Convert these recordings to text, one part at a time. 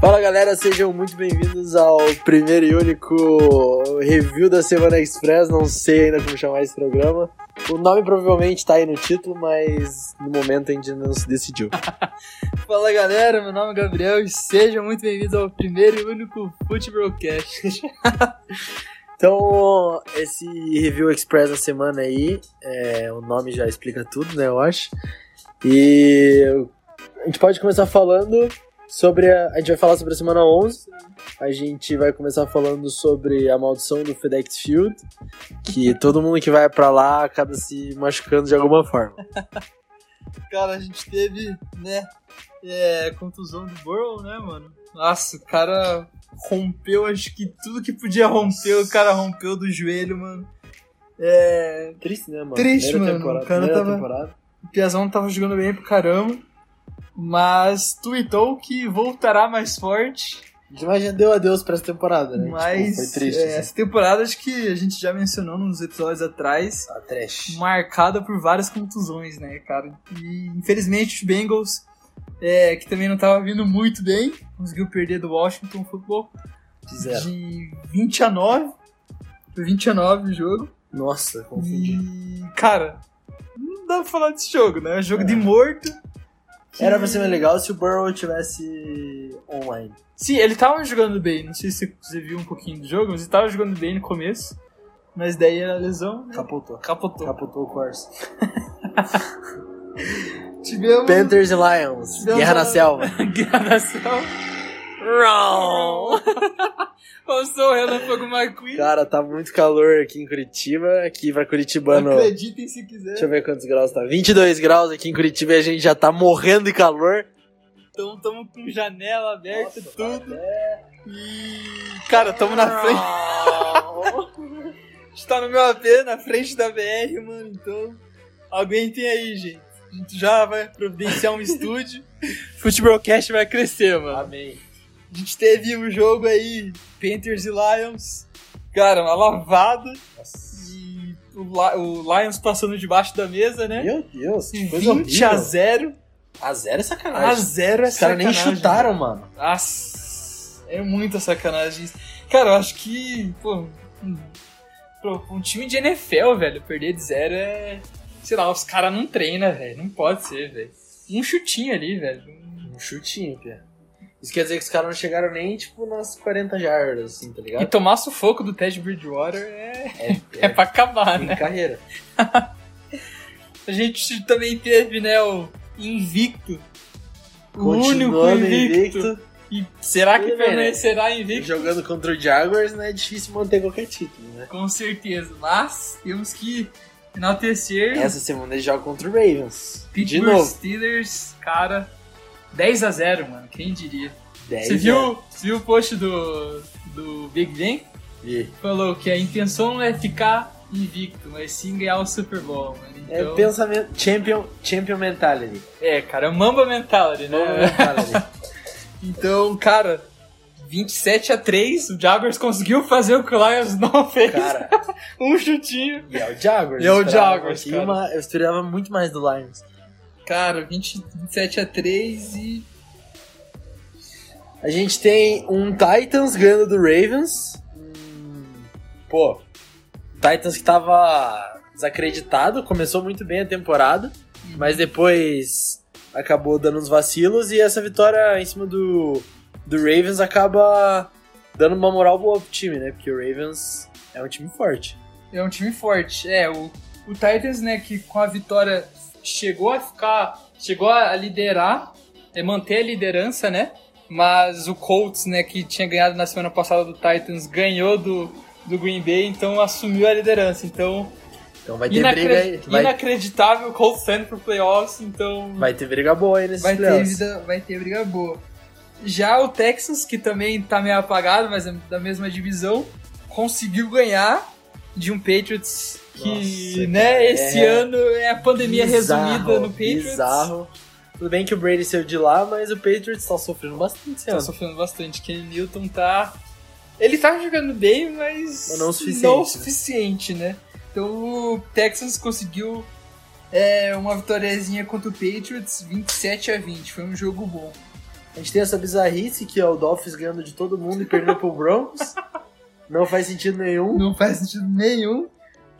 Fala galera, sejam muito bem-vindos ao primeiro e único review da Semana Express. Não sei ainda como chamar esse programa. O nome provavelmente tá aí no título, mas no momento ainda não se decidiu. Fala galera, meu nome é Gabriel e sejam muito bem-vindos ao primeiro e único Footballcast. Então, esse review express da semana aí, é, o nome já explica tudo, né, eu acho. E a gente pode começar falando sobre a, a gente vai falar sobre a semana 11. A gente vai começar falando sobre a maldição do FedEx Field, que todo mundo que vai pra lá acaba se machucando de alguma forma. Cara, a gente teve, né, é, contusão do Burrow, né, mano? Nossa, o cara rompeu, acho que tudo que podia romper, o cara rompeu do joelho, mano. É, Triste, né, mano? Triste, Primeira mano. temporada- O cara primeira tava- temporada. o Piazão tava jogando bem pro caramba, mas tweetou que voltará mais forte. A gente mais já deu adeus pra essa temporada, né? Tipo, Mas foi triste. é, essa temporada, acho que a gente já mencionou nos episódios atrás, A Tá trash. marcada por várias contusões, né, cara? E infelizmente os Bengals, é, que também não tava vindo muito bem, conseguiu perder do Washington Football De zero. de 20 a 9. Foi 20 a 9 o jogo. Nossa, confundi. E, cara, não dá pra falar desse jogo, né? É um jogo de morto. que- Era pra ser mais legal se o Burrow tivesse online. Sim, ele tava jogando bem. Não sei se você viu um pouquinho do jogo, mas ele tava jogando bem no começo. Mas daí a lesão né? Capotou. capotou. Capotou o Corsa. Tivemos Panthers e Lions. Deus Guerra na a- selva. guerra na selva. Oh. Wrong! Passou o relâmpago McQueen. Cara, tá muito calor aqui em Curitiba. Aqui pra Curitibano. Acreditem se quiser. Deixa eu ver quantos graus tá. 22 graus aqui em Curitiba e a gente já tá morrendo de calor. Então tamo com janela aberta, Nossa, tudo. E. Cara, tamo na Ah. frente. A gente tá no meu AP, na frente da BR, mano. Então. Aguentem aí, gente. A gente já vai providenciar um estúdio. Futebolcast vai crescer, mano. Amém. A gente teve um jogo aí, Panthers e Lions. Cara, uma lavada. E o, Li- o Lions passando debaixo da mesa, né? Meu Deus, que coisa 20 horrível. a 0. A zero é A sacanagem. 0 é Os caras nem sacanagem, chutaram, mano. Nossa, é muita sacanagem isso. Cara, eu acho que, pô, um- pô, um time de NFL, velho, perder de zero é. Sei lá, os caras não treinam, velho. Não pode ser, velho. Um chutinho ali, velho. Um chutinho, Pia. Isso quer dizer que os caras não chegaram nem, tipo, nas 40 jardas, assim, tá E ligado? tomar sufoco do Ted Bridgewater é, É, é pra acabar, né? fim de carreira. A gente também teve, né, o Invicto. O único Continuando invicto. E será que Tudo bem, né? permanecerá invicto. invicto? Jogando contra o Jaguars, né? É difícil manter qualquer título, né? Com certeza. Mas temos que enaltecer. Essa semana ele joga contra o Ravens. De Pittsburgh novo. Steelers, cara, 10 a 0 mano, quem diria. 10 você, viu, você viu o post do, do Big Ben? Falou que a intenção não é ficar invicto, mas sim ganhar o Super Bowl, mano. É Então, pensamento. Champion, champion mentality. é, cara, é o Mamba Mentality, né? Vamos mentality. Então, cara, 27 a 3 o Jaguars conseguiu fazer o que o Lions não fez. Cara, Um chutinho. e é o Jaguars. E é o eu esperava Jaguars, aqui cara. uma- eu esperava muito mais do Lions. Cara, 20 27 a 3 e... A gente tem um Titans ganhando do Ravens. Hum, Pô, Titans que tava desacreditado, começou muito bem a temporada, Uhum. mas depois acabou dando uns vacilos e essa vitória em cima do, do Ravens acaba dando uma moral boa pro time, né? Porque o Ravens é um time forte. É um time forte. É, o, o Titans, né, que com a vitória chegou a ficar. chegou a liderar, é, manter a liderança, né? Mas o Colts, né, que tinha ganhado na semana passada do Titans, ganhou do, do Green Bay, então assumiu a liderança. Então, Então vai ter inacre- briga aí. Vai, inacreditável o Colts saindo pro playoffs, então vai ter briga boa aí nesses vai ter, playoffs. vida, vai ter briga boa. Já o Texas, que também tá meio apagado, mas é da mesma divisão, conseguiu ganhar de um Patriots que, Nossa, né, cara, esse é ano é a pandemia resumida no Patriots. Bizarro. Tudo bem que o Brady saiu de lá, mas o Patriots tá sofrendo bastante esse Tá ano. sofrendo bastante. Ken Newton tá. Ele tá jogando bem, mas. Mas não o suficiente, não o né? suficiente, né? Então o Texas conseguiu é, uma vitóriazinha contra o Patriots 27 a 20. Foi um jogo bom. A gente tem essa bizarrice que é o Dolphins ganhando de todo mundo e perdendo pro Broncos. Não faz sentido nenhum. Não faz sentido nenhum.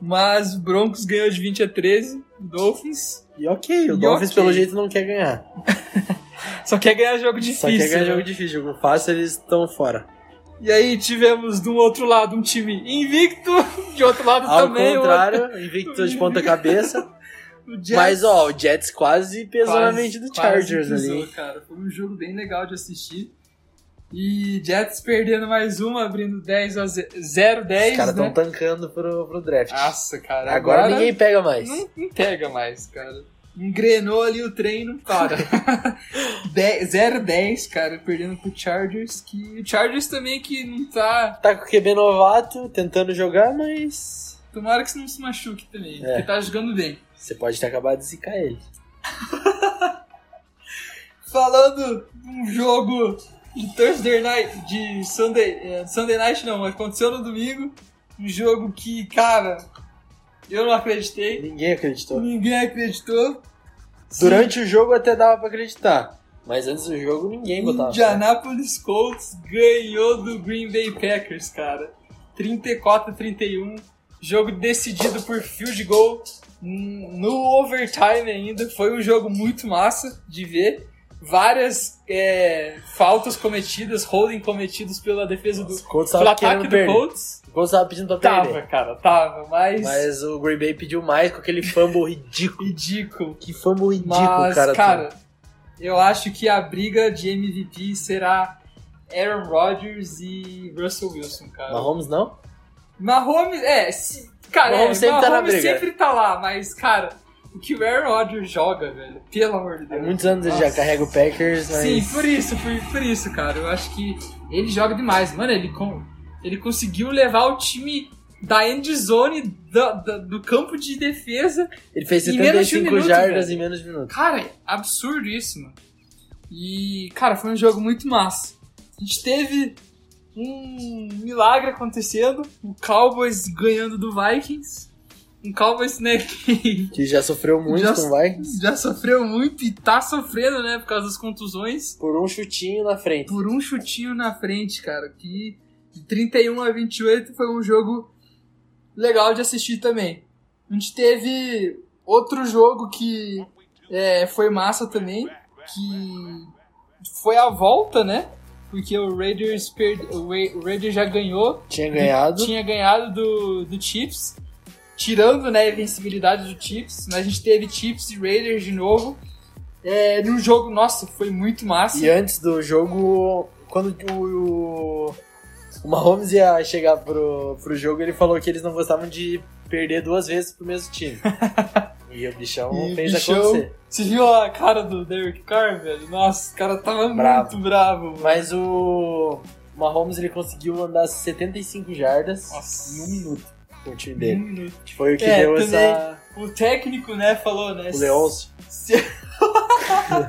Mas o Broncos ganhou de 20 a 13, o Dolphins. E ok, o E Dolphins ok. pelo jeito não quer ganhar. Só quer ganhar jogo Só difícil. quer ganhar né? jogo difícil, jogo fácil eles estão fora. E aí tivemos do outro lado um time invicto, de outro lado Ao também contrário, invicto de ponta cabeça. outro, o Mas ó, o Jets quase pesou na mente do Chargers ali. Cara. Foi um jogo bem legal de assistir. E Jets perdendo mais uma, abrindo 10 a 0, 10, Os caras né? Ah, estão tancando pro, pro draft. Nossa, cara. agora, ninguém pega mais. Não, não pega mais, cara. Engrenou ali o trem, não para. 0-10, cara, perdendo pro Chargers. Que o Chargers também é que não tá. Tá com o QB novato, tentando jogar, mas. Tomara que você não se machuque também, É. porque tá jogando bem. Você pode ter acabado de zicar ele. Falando de um jogo de Thursday Night, de Sunday, é, Sunday Night não, mas aconteceu no domingo. Um jogo que, cara, eu não acreditei, Ninguém acreditou. ninguém acreditou. Durante o jogo até dava pra acreditar. Mas antes do jogo ninguém botava. fé. Indianapolis Colts ganhou do Green Bay Packers, cara. 34 a 31. Jogo decidido por field goal hum, no overtime ainda. Foi um jogo muito massa de ver. Várias é, faltas cometidas, holding cometidos pela defesa do, O Colts pelo tava ataque querendo do perder. Colts. O Colts tava pedindo pra Tava, perder. cara, tava, mas, Mas o Green Bay pediu mais com aquele fumble ridículo. ridículo. Que fumble ridículo, Mas, cara. tá? cara, eu acho que a briga de MVP será Aaron Rodgers e Russell Wilson, cara. Mahomes não? Mahomes, é, se- cara, Mahomes é, sempre tá na Mahomes briga. sempre tá lá, mas, cara, o que o Aaron Rodgers joga, velho, pelo amor de Há Deus. muitos anos ele Nossa. já carrega o Packers, mas... Sim, por isso, por, por isso, cara. Eu acho que ele joga demais. Mano, ele, com, ele conseguiu levar o time da end zone da- da- do campo de defesa Ele fez Em menos de um 75 minuto, jardas velho. em menos de um minuto. Cara, absurdo isso, mano. E, cara, foi um jogo muito massa. A gente teve um milagre acontecendo, o Cowboys ganhando do Vikings. Um Cowboys, né, que Que já sofreu muito Já- com o Vikings. já sofreu muito e tá sofrendo, né, por causa das contusões. Por um chutinho na frente. Por um chutinho na frente, cara, que de 31 a 28 foi um jogo legal de assistir também. A gente teve outro jogo que é, foi massa também, que foi a volta, né? Porque o Raiders, perde, o Ra- o Raiders já ganhou, Tinha ganhado. tinha ganhado do, do Chiefs, tirando né, a invencibilidade do Chiefs, mas a gente teve Chiefs e Raiders de novo. É, num jogo, nossa, foi muito massa. E antes do jogo, quando o, o, o Mahomes ia chegar pro, pro jogo, ele falou que eles não gostavam de perder duas vezes pro mesmo time. e o bichão E o fez bichão- acontecer. Você viu a cara do Derek Carr, velho? Nossa, o cara tava Bravo. muito bravo. mano. Mas o Mahomes ele conseguiu andar 75 jardas Nossa. em um minuto com o time dele. Hum, Que foi o que É, deu também. essa. O técnico, né, falou, né? O Leôncio. Se,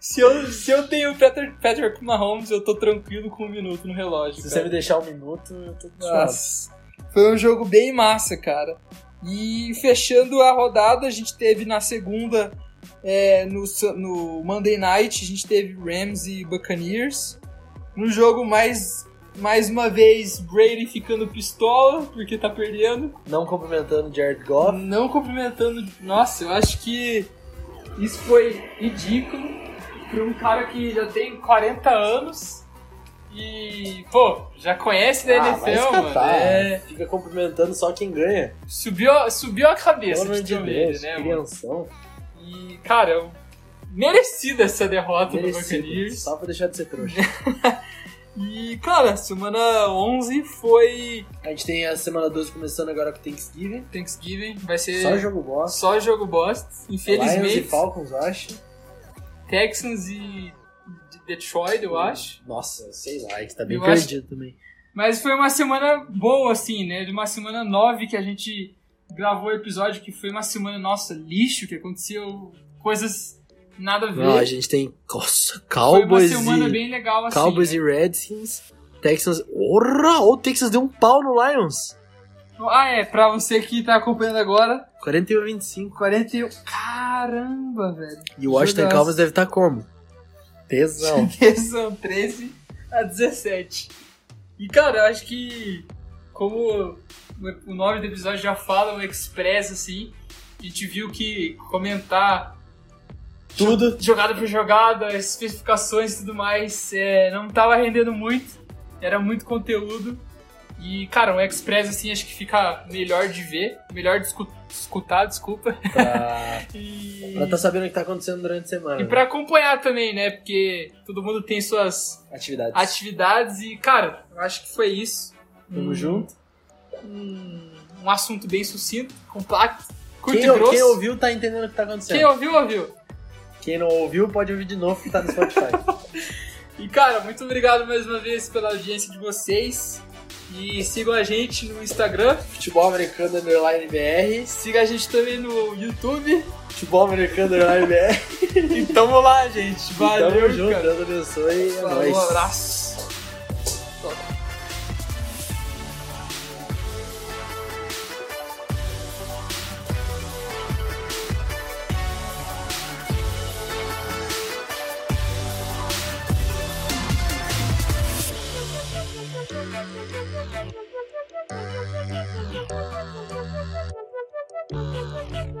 se eu, se eu tenho o Patrick, Patrick Mahomes, eu tô tranquilo com um minuto no relógio. Se cara. você me deixar um minuto, eu tô suave. Nossa. Foi um jogo bem massa, cara. E fechando a rodada, a gente teve na segunda, é, no, Su- no Monday Night, a gente teve Rams e Buccaneers. No jogo, mais, mais uma vez, Brady ficando pistola, porque tá perdendo. Não cumprimentando o Jared Goff. Não cumprimentando. Nossa, eu acho que isso foi ridículo pra um cara que já tem 40 anos e, pô, já conhece da Ah, vai NFL, mano. escapar. É, Fica cumprimentando só quem ganha. subiu, subiu a Pelo cabeça amor de de time Deus, né, mano? crianção. E, cara, eu- merecida essa derrota do Merecido. Buccaneers. Só pra deixar de ser trouxa. E, cara, semana 11 foi A gente tem a semana 12 começando agora com Thanksgiving. Thanksgiving, vai ser Só jogo bosta. só jogo bosta, Lions e infelizmente. Falcons, eu acho. Texans e Detroit, eu acho. Nossa, sei lá, a gente tá bem Eu perdido também. Mas foi uma semana boa, assim, né? De uma semana nove que a gente gravou o episódio, que foi uma semana, nossa, lixo, que aconteceu coisas nada a ver. Não, a gente tem nossa, foi uma Cowboys semana e, bem legal, assim. Cowboys né? e Redskins. Texans. Orra! O Texas deu um pau no Lions. Ah, é, pra você que tá acompanhando agora, 41 a 25. 41. Caramba, velho. E o Washington Jogaço. Cowboys deve estar como? Tesão. São 13 a 17. E, cara, eu acho que, como o nome do episódio já fala, o Express, assim, a gente viu que comentar Tudo. jogada por jogada, as especificações e tudo mais, é, não tava rendendo muito, era muito conteúdo. E, cara, o Express, assim, acho que fica melhor de ver, melhor de escu- escutar, desculpa. Pra, E... pra tá sabendo o que tá acontecendo durante a semana. E né? pra acompanhar também, né? Porque todo mundo tem suas Atividades. atividades e, cara, eu acho que foi isso. Tamo Um- junto. Um, um assunto bem sucinto, compacto, curto Quem, e grosso. quem ouviu tá entendendo o que tá acontecendo. Quem ouviu, ouviu. Quem não ouviu pode ouvir de novo que tá no Spotify. E, cara, muito obrigado mais uma vez pela audiência de vocês. E sigam a gente no Instagram, Futebol americano underline BR. siga a gente também no YouTube. Futebol americano underline BR. E tamo lá, gente. Valeu, Tamo junto, cara. Deus abençoe. É Falou, nóis. um abraço. Thank